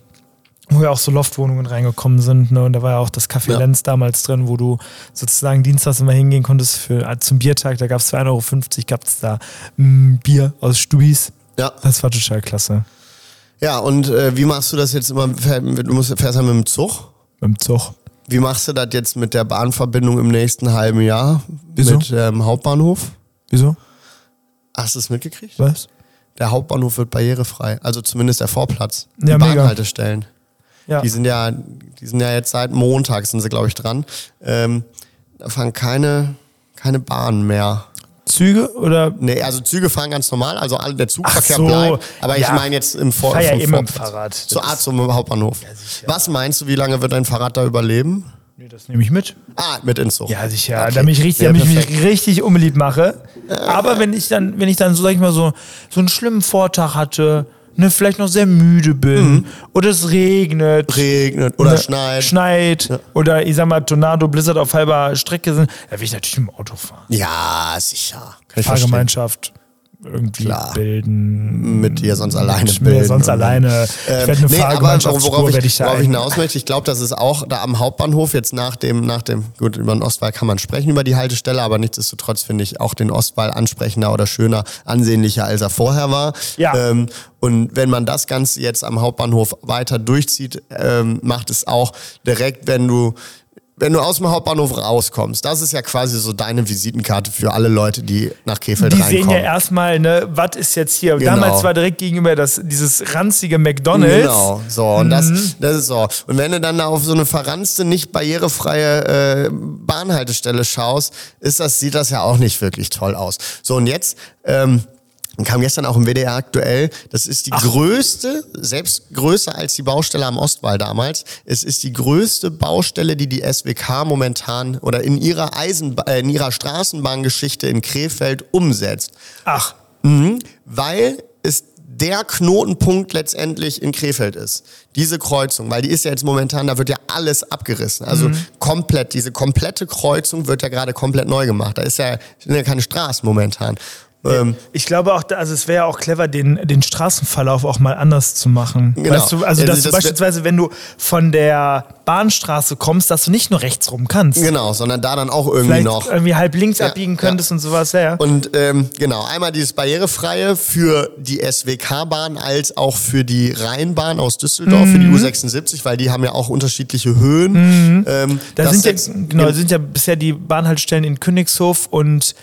S3: wo ja auch so Loftwohnungen reingekommen sind. Ne? Und da war ja auch das Café
S2: Ja.
S3: Lenz damals drin, wo du sozusagen dienstags immer hingehen konntest für, äh, zum Biertag. Da gab es für 1,50 Euro gab es da mm, Bier aus Stubis.
S2: Ja.
S3: Das war total klasse.
S2: Ja, und äh, wie machst du das jetzt immer? Fähr- Du musst, fährst ja mit dem Zug.
S3: Beim Zug.
S2: Wie machst du das jetzt mit der Bahnverbindung im nächsten halben Jahr?
S3: Wieso?
S2: Mit ähm, Hauptbahnhof?
S3: Wieso?
S2: Hast du es mitgekriegt?
S3: Was?
S2: Der Hauptbahnhof wird barrierefrei. Also zumindest der Vorplatz. Die
S3: Ja, mega.
S2: Bahnhaltestellen.
S3: Ja.
S2: Die sind ja, die sind ja jetzt seit Montag, sind sie, glaube ich, dran. Ähm, da fahren keine, keine Bahnen mehr.
S3: Züge oder
S2: Nee, also Züge fahren ganz normal, also alle- der Zugverkehr
S3: Ach so,
S2: bleibt. Aber ich
S3: ja.
S2: meine jetzt im Vor
S3: Fahr ja
S2: vom
S3: immer im
S2: Vorplatz.
S3: Fahrrad.
S2: Zur
S3: Das
S2: Art zum Hauptbahnhof. Was meinst du, wie lange wird dein Fahrrad da überleben?
S3: Nee, das nehme ich mit.
S2: Ah, mit ins Zug.
S3: Ja, sicher.
S2: Okay.
S3: Damit ich, richtig,
S2: Ja,
S3: damit ich
S2: perfekt. Äh.
S3: mich richtig unbeliebt mache. Aber wenn ich dann, wenn ich dann so, sag ich mal, so, so einen schlimmen Vortag hatte, ne, vielleicht noch sehr müde bin oder es regnet.
S2: Regnet Mhm. oder
S3: ne,
S2: schneit.
S3: Schneit oder ich sag mal Tornado, Blizzard auf halber Strecke sind. Da will ich natürlich im Auto fahren.
S2: ja, sicher. Kann ich verstehen.
S3: Fahrgemeinschaft irgendwie
S2: Klar.
S3: bilden.
S2: Mit dir sonst alleine
S3: Mit mir
S2: bilden.
S3: sonst alleine. Ich
S2: Ähm,
S3: werde eine
S2: nee, aber worauf
S3: Fahrgemeinschaftsspur
S2: ich,
S3: werde ich da
S2: worauf ich
S3: ein-
S2: hinaus möchte, ich glaube, das ist auch da am Hauptbahnhof jetzt nach dem, nach dem, gut, über den Ostwall kann man sprechen, über die Haltestelle, aber nichtsdestotrotz finde ich auch den Ostwall ansprechender oder schöner, ansehnlicher, als er vorher war.
S3: Ja.
S2: Ähm, und wenn man das Ganze jetzt am Hauptbahnhof weiter durchzieht, ähm, macht es auch direkt, wenn du wenn du aus dem Hauptbahnhof rauskommst, das ist ja quasi so deine Visitenkarte für alle Leute, die nach Krefeld
S3: Die
S2: reinkommen.
S3: sehen ja erstmal, ne, was ist jetzt hier?
S2: Genau.
S3: Damals war direkt gegenüber das, dieses ranzige McDonalds.
S2: Genau, so, und das, das ist so. Und wenn du dann da auf so eine verranzte, nicht barrierefreie äh, Bahnhaltestelle schaust, ist das, sieht das ja auch nicht wirklich toll aus. So, und jetzt ähm, kam gestern auch im WDR aktuell, das ist die größte, selbst größer als die Baustelle am Ostwall damals, es ist die größte Baustelle, die die SWK momentan oder in ihrer, Eisenba äh, in ihrer Straßenbahngeschichte in Krefeld umsetzt
S3: Ach,
S2: weil es der Knotenpunkt letztendlich in Krefeld ist. Diese Kreuzung, weil die ist ja jetzt momentan, da wird ja alles abgerissen. Also
S3: Mhm.
S2: komplett, diese komplette Kreuzung wird ja gerade komplett neu gemacht. Da ist ja, sind ja keine Straßen momentan. Ähm,
S3: ich glaube auch, da- also es wäre ja auch clever, den, den Straßenverlauf auch mal anders zu machen.
S2: Genau.
S3: Weißt du, also
S2: Ja,
S3: dass
S2: das
S3: du
S2: wär-
S3: beispielsweise, wenn du von der Bahnstraße kommst, dass du nicht nur rechts rum kannst.
S2: genau, sondern da dann auch irgendwie
S3: Vielleicht äh,
S2: noch.
S3: irgendwie halb links
S2: Ja,
S3: abbiegen
S2: ja.
S3: könntest und sowas, ja. ja.
S2: Und ähm, genau, einmal dieses Barrierefreie für die SWK-Bahn als auch für die Rheinbahn aus Düsseldorf, für die
S3: Mhm.
S2: U76, weil die haben ja auch unterschiedliche Höhen. Ähm,
S3: Da
S2: das
S3: sind ja,
S2: jetzt-
S3: genau, sind ja bisher die Bahnhaltestellen in Königshof und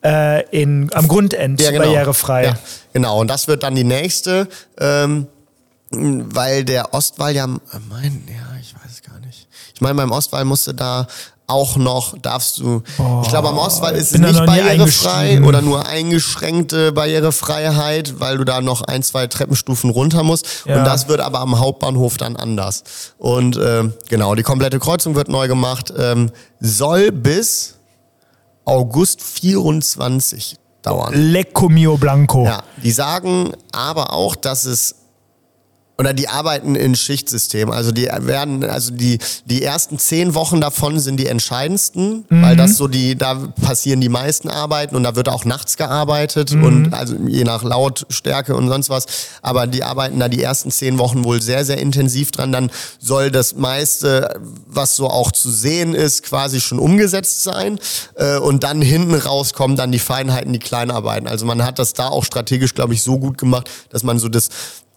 S3: äh, in, am Grundend
S2: Ja, genau.
S3: barrierefrei.
S2: Ja, genau, und das wird dann die nächste, ähm, weil der Ostwall ja, äh, mein, ja, ich weiß es gar nicht. Ich meine, beim Ostwall musste da auch noch, darfst du, ich glaube, am Ostwall ist es
S3: bin da
S2: nicht
S3: noch nie
S2: barrierefrei
S3: eingestiegen.
S2: oder nur eingeschränkte Barrierefreiheit, weil du da noch ein, zwei Treppenstufen runter musst.
S3: Ja.
S2: Und das wird aber am Hauptbahnhof dann anders. Und ähm, genau, die komplette Kreuzung wird neu gemacht, ähm, soll bis August 24 dauern.
S3: Lecco mio blanco.
S2: Ja, die sagen aber auch, dass es oder die arbeiten in Schichtsystem. Also die werden, also die, die ersten zehn Wochen davon sind die entscheidendsten, weil das so die, da passieren die meisten Arbeiten und da wird auch nachts gearbeitet und also je nach Lautstärke und sonst was. Aber die arbeiten da die ersten zehn Wochen wohl sehr, sehr intensiv dran. Dann soll das meiste, was so auch zu sehen ist, quasi schon umgesetzt sein. Äh, Und dann hinten raus kommen dann die Feinheiten, die Kleinarbeiten. Also man hat das da auch strategisch, glaube ich, so gut gemacht, dass man so das,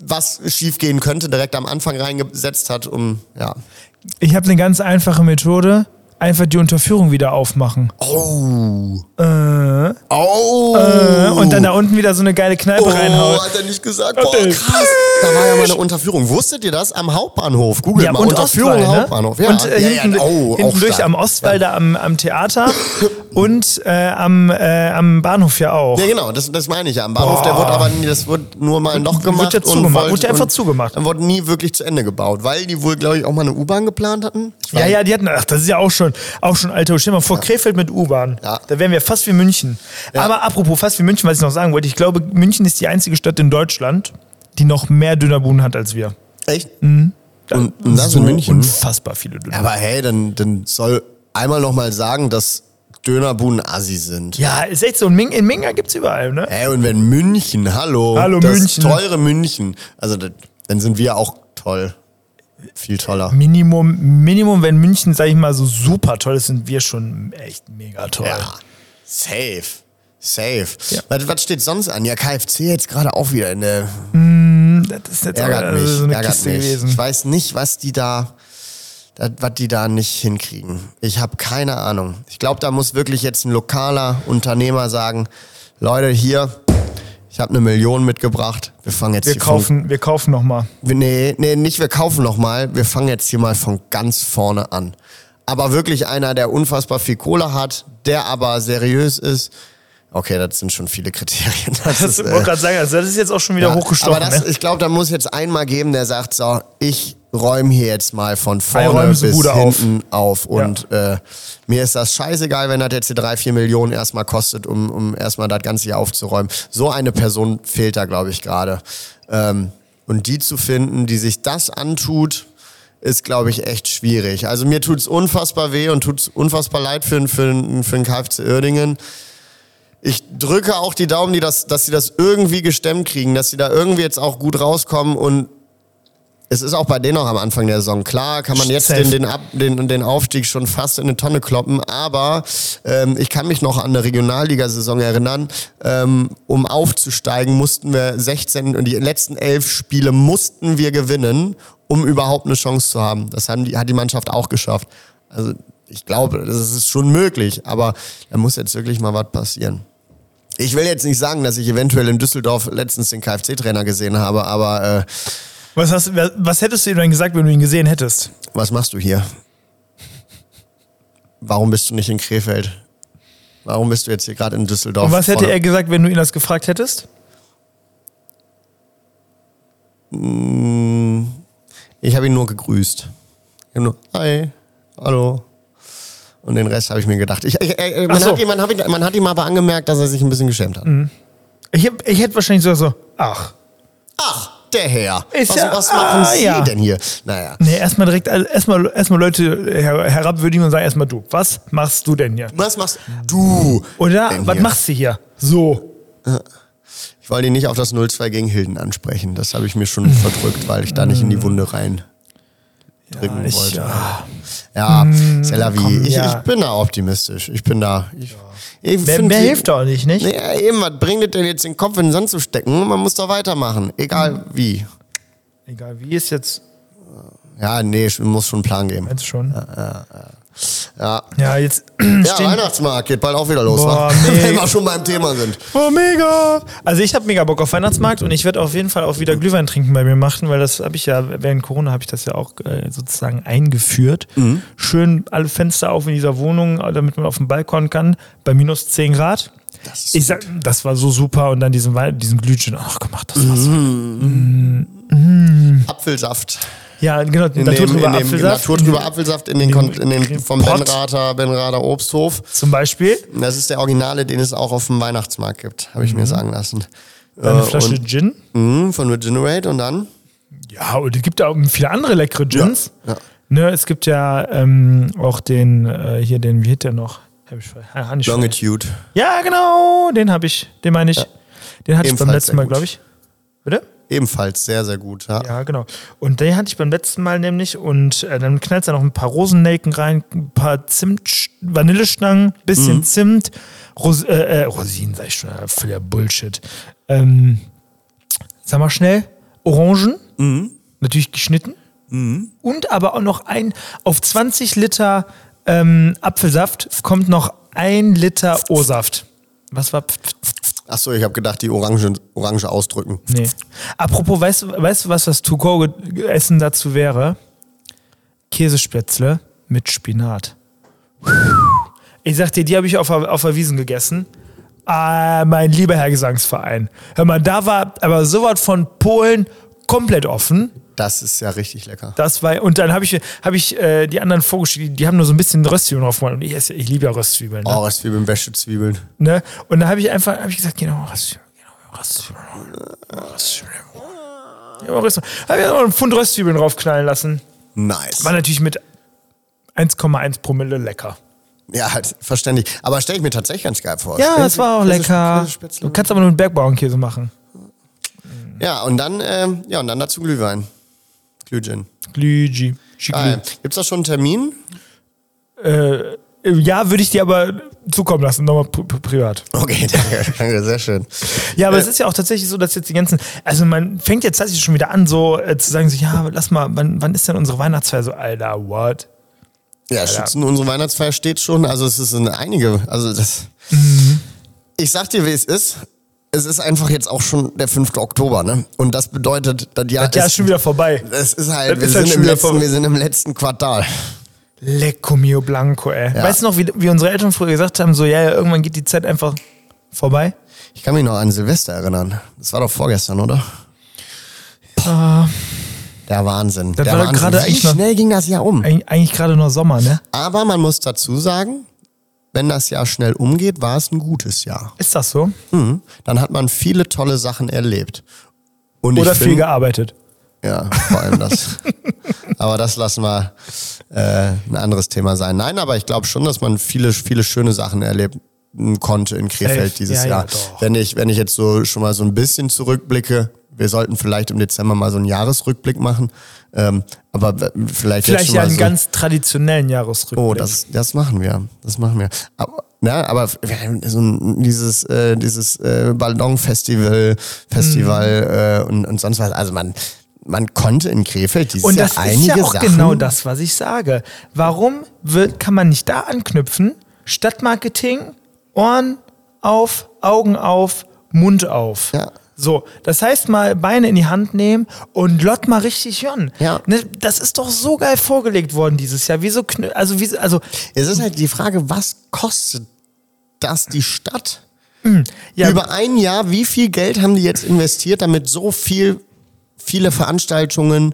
S2: was schiefgehen könnte, direkt am Anfang reingesetzt hat, um, ja.
S3: Ich habe eine ganz einfache Methode. Einfach die Unterführung wieder aufmachen.
S2: Oh.
S3: Äh,
S2: Oh.
S3: äh, und dann da unten wieder so eine geile Kneipe
S2: Oh,
S3: reinhauen.
S2: hat er nicht gesagt. Boah,
S3: Ey.
S2: krass. Da war ja mal eine Unterführung. Wusstet ihr das? Am Hauptbahnhof. Google mal. Unterführung
S3: Ostwall, ne?
S2: Hauptbahnhof. Ja,
S3: und äh,
S2: ja,
S3: hinten,
S2: ja, oh, auch
S3: hinten durch
S2: stark.
S3: am Ostwall, da am, am Theater und äh, am, äh, am Bahnhof ja auch.
S2: Ja, genau, das, das meine ich ja. Am Bahnhof, der wurde aber nie, das wurde nur mal ein Loch gemacht.
S3: ja zugemacht,
S2: wollte-
S3: wurde ja einfach
S2: und
S3: zugemacht.
S2: Dann wurde nie wirklich zu Ende gebaut, weil die wohl, glaube ich, auch mal eine U-Bahn geplant hatten. Ich
S3: Ja,
S2: weiß-
S3: ja, die hatten, ach, das ist ja auch schon, auch schon alter. Stell dir mal vor, Krefeld mit U-Bahn.
S2: Ja.
S3: Da wären wir fast wie München. Aber apropos fast wie München, was ich noch sagen wollte, ich glaube, München ist die einzige Stadt in Deutschland, die noch mehr Dönerbuden hat als wir.
S2: Echt?
S3: Mhm.
S2: Und, und das in München.
S3: Unfassbar viele Döner.
S2: Aber hey, dann, dann soll einmal nochmal sagen, dass Dönerbuden Assi sind.
S3: Ja, ist echt so. In Ming- in Minga gibt's überall, ne?
S2: Hey, und wenn München, hallo,
S3: Hallo,
S2: das
S3: München.
S2: teure München, also das- dann sind wir auch toll. Viel toller.
S3: Minimum, Minimum, wenn München, sag ich mal, so super toll ist, sind wir schon echt mega toll.
S2: Ja, safe. Safe.
S3: Ja.
S2: Was, was steht sonst an? Ja, KFC jetzt gerade auch wieder in der
S3: Das ist jetzt
S2: ärgert
S3: aber, äh,
S2: mich,
S3: so eine
S2: ärgert
S3: Kiste
S2: mich. Ich
S3: gewesen.
S2: weiß nicht, was die da, da was die da nicht hinkriegen. Ich habe keine Ahnung. Ich glaube, da muss wirklich jetzt ein lokaler Unternehmer sagen, Leute, hier, ich habe eine Million mitgebracht. Wir fangen jetzt
S3: Wir
S2: hier von,
S3: kaufen, wir kaufen nochmal.
S2: wir- nee, nee, nicht wir kaufen noch mal, wir fangen jetzt hier mal von ganz vorne an. Aber wirklich einer, der unfassbar viel Kohle hat, der aber seriös ist. Okay, das sind schon viele Kriterien. Das,
S3: Das
S2: ist,
S3: wollte
S2: äh,
S3: gerade sagen, also das ist jetzt auch schon wieder
S2: ja,
S3: hochgestochen.
S2: Aber das,
S3: ne?
S2: ich glaube, da muss jetzt einmal geben, der sagt, so, ich räume hier jetzt mal von vorne
S3: räumen
S2: bis
S3: Sie Bude auf.
S2: hinten auf. Und äh, mir ist das scheißegal, wenn das jetzt die drei, vier Millionen erstmal kostet, um, um erstmal das Ganze hier aufzuräumen. So eine Person fehlt da, glaube ich, gerade. Ähm, Und die zu finden, die sich das antut, ist, glaube ich, echt schwierig. Also mir tut's unfassbar weh und tut's unfassbar leid für, für, für den KFC Uerdingen. Ich drücke auch die Daumen, die das, dass sie das irgendwie gestemmt kriegen, dass sie da irgendwie jetzt auch gut rauskommen und es ist auch bei denen noch am Anfang der Saison. Klar kann man jetzt
S3: Safe.
S2: den, den, Ab, den, den Aufstieg schon fast in eine Tonne kloppen, aber ähm, ich kann mich noch an eine Regionalligasaison erinnern. Ähm, um aufzusteigen, mussten wir 16 und die letzten elf Spiele mussten wir gewinnen, um überhaupt eine Chance zu haben. Das haben die, hat die Mannschaft auch geschafft. Also ich glaube, das ist schon möglich, aber da muss jetzt wirklich mal was passieren. Ich will jetzt nicht sagen, dass ich eventuell in Düsseldorf letztens den KFC-Trainer gesehen habe, aber äh,
S3: Was, hast, was- was hättest du ihm denn gesagt, wenn du ihn gesehen hättest?
S2: was machst du hier? Warum bist du nicht in Krefeld? Warum bist du jetzt hier gerade in Düsseldorf?
S3: Und was hätte
S2: vorne?
S3: er gesagt, wenn du ihn das gefragt hättest?
S2: Mm, Ich habe ihn nur gegrüßt. Ich habe nur, hi, hallo. Und den Rest habe ich mir gedacht. Ich, ich, äh, man,
S3: Ach so. Mhm.
S2: hat ihm, man, hat ihn, man hat ihm aber angemerkt, dass er sich ein bisschen geschämt hat.
S3: Ich, hab, ich hätte wahrscheinlich sogar so, ach.
S2: Ach, der Herr.
S3: Ist
S2: was
S3: ja-
S2: was machen
S3: ah,
S2: Sie
S3: ja.
S2: denn hier? Naja.
S3: Nee, erstmal direkt, also erstmal, erstmal Leute her, herabwürdigen und sagen erstmal du, was machst du denn hier?
S2: Was machst du?
S3: Oder
S2: denn
S3: was
S2: hier?
S3: machst du hier? So.
S2: Ich wollte ihn nicht auf das 0-2 gegen Hilden ansprechen. Das habe ich mir schon verdrückt, weil ich da nicht in die Wunde rein drücken
S3: ich- Hm,
S2: wollte. Ja, c'est la vie.
S3: komm,
S2: ich,
S3: ja.
S2: ich bin da optimistisch. Ich bin da. Ich, ich
S3: Mehr,
S2: find
S3: mehr
S2: die-
S3: hilft auch nicht, nicht?
S2: Nee, ja, eben, was bringt es denn jetzt den Kopf in den Sand zu stecken? Man muss doch weitermachen.
S3: Hm.
S2: Egal wie.
S3: Egal, wie ist jetzt,
S2: Ja, nee, ich muss schon einen Plan geben.
S3: jetzt schon.
S2: Ah. Ja,
S3: Ja, jetzt
S2: ja
S3: stehen,
S2: Weihnachtsmarkt geht bald auch wieder los,
S3: Boah,
S2: wa?
S3: nee.
S2: wenn wir schon beim Thema sind.
S3: Oh, mega! Also ich habe mega Bock auf Weihnachtsmarkt und ich werde auf jeden Fall auch wieder Glühwein trinken bei mir machen, weil das habe ich ja, während Corona habe ich das ja auch äh, sozusagen eingeführt.
S2: Mhm.
S3: Schön alle Fenster auf in dieser Wohnung, äh, damit man auf dem Balkon kann, bei minus 10 Grad. ich sag, das war so super und dann diesen, Wei- diesen Glühwein, ach gemacht, das war's.
S2: Mhm. Apfelsaft.
S3: Ja, genau,
S2: in dem,
S3: Naturtrüber
S2: in dem
S3: Apfelsaft
S2: Natur drüber Apfelsaft in den, Kon- in den vom
S3: Pott.
S2: Benrather, Benrather Obsthof.
S3: zum Beispiel.
S2: Das ist der Originale, den es auch auf dem Weihnachtsmarkt gibt, habe ich mir sagen lassen.
S3: Mhm. Äh, Eine Flasche Gin.
S2: Äh, und, mh, von Regenerate und dann?
S3: Ja, und es gibt auch viele andere leckere Gins.
S2: Ja, ja.
S3: Ne, es gibt ja ähm, auch den, äh, hier den, wie hieß der noch? Hab ich ver- ha- hab ich ver-
S2: Longitude.
S3: Ja, genau, den habe ich, den meine ich. Den hatte ich beim
S2: Ebenfalls
S3: letzten
S2: sehr
S3: Mal,
S2: gut.
S3: glaube ich. Bitte?
S2: Ebenfalls sehr, sehr gut. Ja.
S3: Ja, genau. Und den hatte ich beim letzten Mal nämlich und äh, dann knallt da noch ein paar Rosennelken rein, ein paar Zimt, Vanillestangen, bisschen Zimt, Ros äh, äh, Rosinen, sag ich schon, äh, völliger Bullshit. Ähm, sag mal schnell, Orangen, natürlich geschnitten und aber auch noch ein, auf 20 Liter ähm, Apfelsaft kommt noch ein Liter O-Saft. Was war?
S2: Achso, ich habe gedacht, die Orange, Orange ausdrücken.
S3: Nee. Apropos, weißt, du- weißt du, was das To-Go-Essen dazu wäre? Käsespätzle mit Spinat. Ich sag dir, die habe ich auf, der- auf der Wiesen gegessen. Ah, mein lieber Herr Gesangsverein. Hör mal, da war aber sowas von Polen komplett offen.
S2: Das ist ja richtig lecker.
S3: Das war, und dann habe ich, hab ich äh, die anderen vorgeschickt, die- die haben nur so ein bisschen Röstzwiebeln drauf gemacht. Und ich, esse, ich liebe ja Röstzwiebeln. Ne?
S2: Oh, Röstzwiebeln, Wäschezwiebeln.
S3: Ne? Und dann habe ich einfach hab ich gesagt, genau, Röstzwiebeln, genau, Röstzwiebeln, Röstzwiebeln. Ja, Röstzwiebeln. Habe ich noch einen Pfund Röstzwiebeln draufknallen lassen.
S2: Nice.
S3: War natürlich mit 1,1 Promille lecker.
S2: Ja, halt, verständlich. Aber stelle ich mir tatsächlich ganz geil vor.
S3: Ja,
S2: Spezi-
S3: es war auch
S2: Käse-
S3: lecker.
S2: Käsespätzle.
S3: Du kannst aber nur mit Bergbauernkäse machen.
S2: Ja, und dann, ähm, ja, und dann dazu Glühwein. Glühgin.
S3: Glühji.
S2: Geil. Gibt's da schon einen Termin?
S3: Äh, ja, würde ich dir aber zukommen lassen, nochmal pri- pri- privat.
S2: Okay, danke, danke, sehr schön. Äh.
S3: Ja, aber es ist ja auch tatsächlich so, dass jetzt die ganzen, also man fängt jetzt tatsächlich schon wieder an, so äh, zu sagen, so, ja, lass mal, wann, wann ist denn unsere Weihnachtsfeier? So, Alter, what?
S2: Ja, Schützen, unsere Weihnachtsfeier steht schon. Also es sind einige. Also das.
S3: Mhm.
S2: Ich sag dir, wie es ist. Es ist einfach jetzt auch schon der 5. Oktober, ne? Und das bedeutet, das Jahr,
S3: Ja, ist schon wieder vorbei.
S2: Es ist halt,
S3: Das
S2: wir,
S3: ist halt
S2: sind
S3: schon
S2: im
S3: wieder
S2: letzten,
S3: vorbei.
S2: wir sind im letzten Quartal.
S3: Lecco mio blanco, ey.
S2: Ja.
S3: Weißt du noch, wie, wie unsere Eltern früher gesagt haben, so, ja, ja, irgendwann geht die Zeit einfach vorbei?
S2: Ich kann mich noch an Silvester erinnern. Das war doch vorgestern, oder?
S3: Ah,
S2: Der Wahnsinn.
S3: Das
S2: der
S3: war doch
S2: Wahnsinn.
S3: gerade
S2: Wie
S3: eigentlich noch-
S2: schnell ging das Jahr um?
S3: eig eigentlich gerade nur Sommer, ne?
S2: Aber man muss dazu sagen, wenn das Jahr schnell umgeht, war es ein gutes Jahr.
S3: Ist das so?
S2: Hm, Dann hat man viele tolle Sachen erlebt. Und
S3: Oder
S2: ich
S3: viel
S2: finde-
S3: gearbeitet?
S2: Ja, vor allem das. aber das lassen wir äh, ein anderes Thema sein. Nein, aber ich glaube schon, dass man viele, viele schöne Sachen erlebt konnte in Krefeld
S3: Echt?
S2: dieses
S3: Ja, ja,
S2: Jahr.
S3: doch.
S2: wenn ich, wenn ich jetzt so schon mal so ein bisschen zurückblicke, wir sollten vielleicht im Dezember mal so einen Jahresrückblick machen. Ähm, aber w- vielleicht, jetzt
S3: Vielleicht
S2: schon
S3: ja
S2: mal
S3: einen
S2: so,
S3: ganz traditionellen Jahresrückblick.
S2: Oh, das, das machen wir. Das machen wir. Aber, na, aber wir haben so ein, dieses, äh, dieses äh, Ballonfestival
S3: Mhm.
S2: Festival, äh, und, und sonst was. Also man, man konnte in Krefeld dieses
S3: Und
S2: Jahr
S3: das
S2: einige
S3: ist ja auch
S2: Sachen.
S3: genau das, was ich sage. Warum wird, kann man nicht da anknüpfen? Stadtmarketing, Ohren auf, Augen auf, Mund auf.
S2: Ja.
S3: So, das heißt mal Beine in die Hand nehmen und Lot mal richtig hören.
S2: Ja.
S3: Ne, das ist doch so geil vorgelegt worden dieses Jahr. Wieso knü- also wie also
S2: Es ist halt die Frage, was kostet das die Stadt?
S3: ja,
S2: Über ein Jahr, wie viel Geld haben die jetzt investiert, damit so viel, viele Veranstaltungen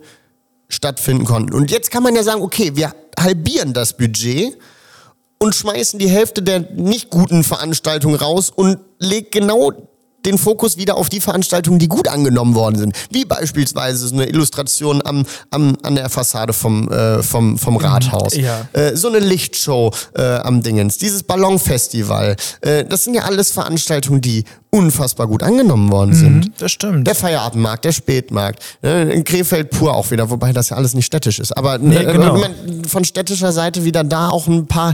S2: stattfinden konnten? Und jetzt kann man ja sagen, okay, wir halbieren das Budget und schmeißen die Hälfte der nicht guten Veranstaltungen raus und legt genau den Fokus wieder auf die Veranstaltungen, die gut angenommen worden sind. Wie beispielsweise so eine Illustration am, am, an der Fassade vom, äh, vom, vom Rathaus.
S3: Ja.
S2: Äh, so eine Lichtshow äh, am Dingens, dieses Ballonfestival. Äh, das sind ja alles Veranstaltungen, die unfassbar gut angenommen
S3: Mhm.
S2: worden sind.
S3: das stimmt.
S2: Der Feierabendmarkt, der Spätmarkt, äh, in Krefeld pur auch wieder, wobei das ja alles nicht städtisch ist. Aber äh,
S3: genau.
S2: man- von städtischer Seite wieder da auch ein paar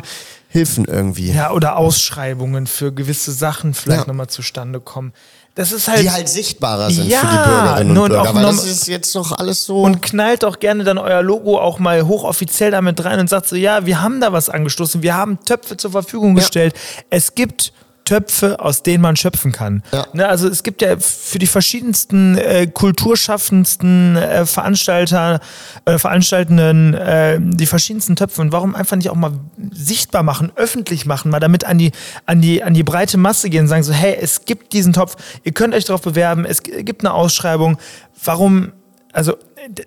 S2: Hilfen irgendwie.
S3: Ja, oder Ausschreibungen für gewisse Sachen vielleicht
S2: Ja.
S3: nochmal zustande kommen. Das ist halt
S2: Die halt sichtbarer sind für die
S3: Ja,
S2: Bürgerinnen
S3: nur
S2: und
S3: und
S2: Bürger.
S3: auch
S2: Weil
S3: noch-
S2: das ist jetzt noch alles so.
S3: und knallt auch gerne dann euer Logo auch mal hochoffiziell damit rein und sagt so, ja, wir haben da was angestoßen, wir haben Töpfe zur Verfügung gestellt. Es gibt Töpfe, aus denen man schöpfen kann.
S2: Ja.
S3: Ne, also es gibt ja für die verschiedensten äh, kulturschaffendsten äh, Veranstalter, äh, Veranstaltenden äh, die verschiedensten Töpfe und warum einfach nicht auch mal sichtbar machen, öffentlich machen, mal damit an die, an die, an die breite Masse gehen und sagen so, hey, es gibt diesen Topf, ihr könnt euch darauf bewerben, es g- gibt eine Ausschreibung, warum, also d-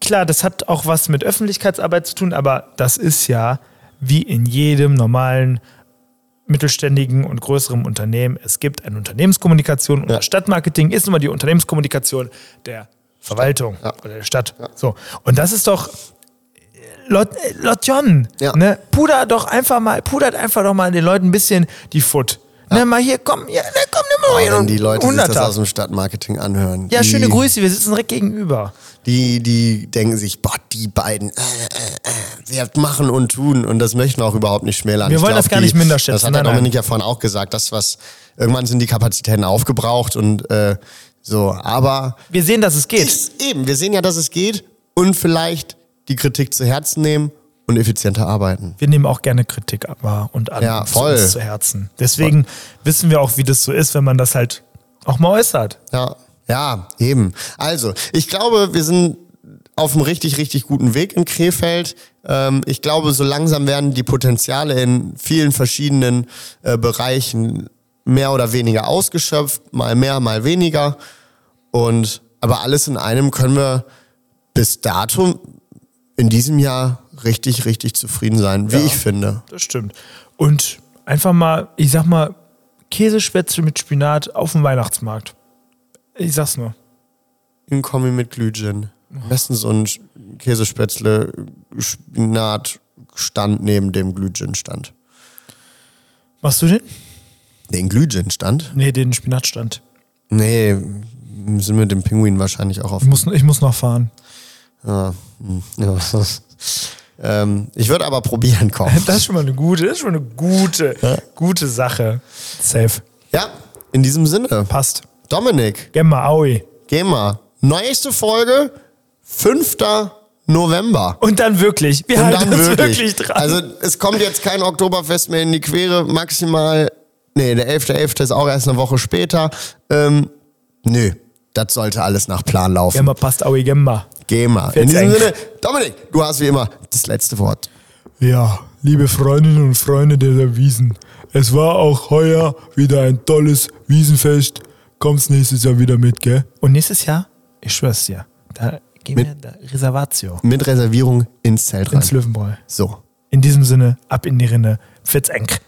S3: klar, das hat auch was mit Öffentlichkeitsarbeit zu tun, aber das ist ja wie in jedem normalen mittelständigen und größeren Unternehmen. Es gibt eine Unternehmenskommunikation und
S2: Ja.
S3: das Stadtmarketing ist immer die Unternehmenskommunikation der Verwaltung
S2: Ja.
S3: oder der Stadt. So. Und das ist doch Lot, äh, Lotjon.
S2: Ja.
S3: Ne? Puder doch einfach mal, pudert einfach doch mal den Leuten ein bisschen die Foot. Ne, mal hier, komm, ja, ne, komm, nimm mal
S2: Oh,
S3: hier
S2: wenn
S3: noch
S2: die Leute sich
S3: 100er.
S2: das aus dem Stadtmarketing anhören.
S3: Ja,
S2: die,
S3: schöne Grüße, wir sitzen direkt gegenüber.
S2: Die, die denken sich, boah, die beiden, äh, äh, äh, wir machen und tun. Und das möchten wir auch überhaupt nicht schmälern.
S3: Wir
S2: Ich
S3: wollen
S2: glaub,
S3: das gar nicht
S2: die-
S3: minderschätzen.
S2: Das hat
S3: Nein,
S2: der
S3: nein.
S2: Dominik ja vorhin auch gesagt. Das, was, irgendwann sind die Kapazitäten aufgebraucht und äh, so. Aber
S3: Wir sehen, dass es geht.
S2: ist eben, wir sehen ja, dass es geht und vielleicht die Kritik zu Herzen nehmen und effizienter arbeiten.
S3: wir nehmen auch gerne Kritik wahr und an
S2: Ja,
S3: zu
S2: voll.
S3: uns zu Herzen. Deswegen wissen wir auch, wie das so ist, wenn man das halt auch mal äußert.
S2: Ja, ja, eben. Also, ich glaube, wir sind auf einem richtig, richtig guten Weg in Krefeld. Ähm, ich glaube, so langsam werden die Potenziale in vielen verschiedenen äh, Bereichen mehr oder weniger ausgeschöpft, mal mehr, mal weniger. Und aber alles in einem können wir bis dato in diesem Jahr richtig, richtig zufrieden sein, wie ich finde.
S3: Das stimmt. Und einfach mal, ich sag mal, Käsespätzle mit Spinat auf dem Weihnachtsmarkt. Ich sag's nur.
S2: Ein Kombi mit Glühgin. Am besten so ein Sch- Käsespätzle, Spinatstand neben dem Glühgin-Stand.
S3: Machst du den?
S2: Den Glühgin-Stand?
S3: Nee, den Spinatstand.
S2: Nee, m- sind mit dem Pinguin wahrscheinlich auch auf.
S3: Ich muss, ich muss noch fahren.
S2: Ja, hm, ja. ähm, ich würde aber probieren, komm.
S3: Das ist schon mal eine gute, das ist schon eine gute, gute Sache. Safe.
S2: Ja, in diesem Sinne.
S3: Passt.
S2: Dominik,
S3: Gemma, Aui.
S2: geh mal. Neueste Folge, 5. November.
S3: Und dann wirklich. Wir
S2: Und
S3: halten
S2: dann
S3: uns wirklich,
S2: wirklich.
S3: dran.
S2: Also es kommt jetzt kein Oktoberfest mehr in die Quere, maximal. Nee, der 11.11. ist auch erst eine Woche später. Ähm, nö, das sollte alles nach Plan laufen.
S3: Gemma passt, Aui, Gemma.
S2: Geh mal. In
S3: Wird's
S2: diesem
S3: eng.
S2: Sinne, Dominik, du hast wie immer das letzte Wort.
S3: Ja, liebe Freundinnen und Freunde der Wiesen, es war auch heuer wieder ein tolles Wiesenfest. Kommst nächstes Jahr wieder mit, gell? Und nächstes Jahr, ich schwör's dir, da gehen wir da Reservatio
S2: Mit Reservierung ins Zelt rein.
S3: ins Löwenbräu.
S2: So.
S3: In diesem Sinne, ab in die Rinne, Fitz Enk.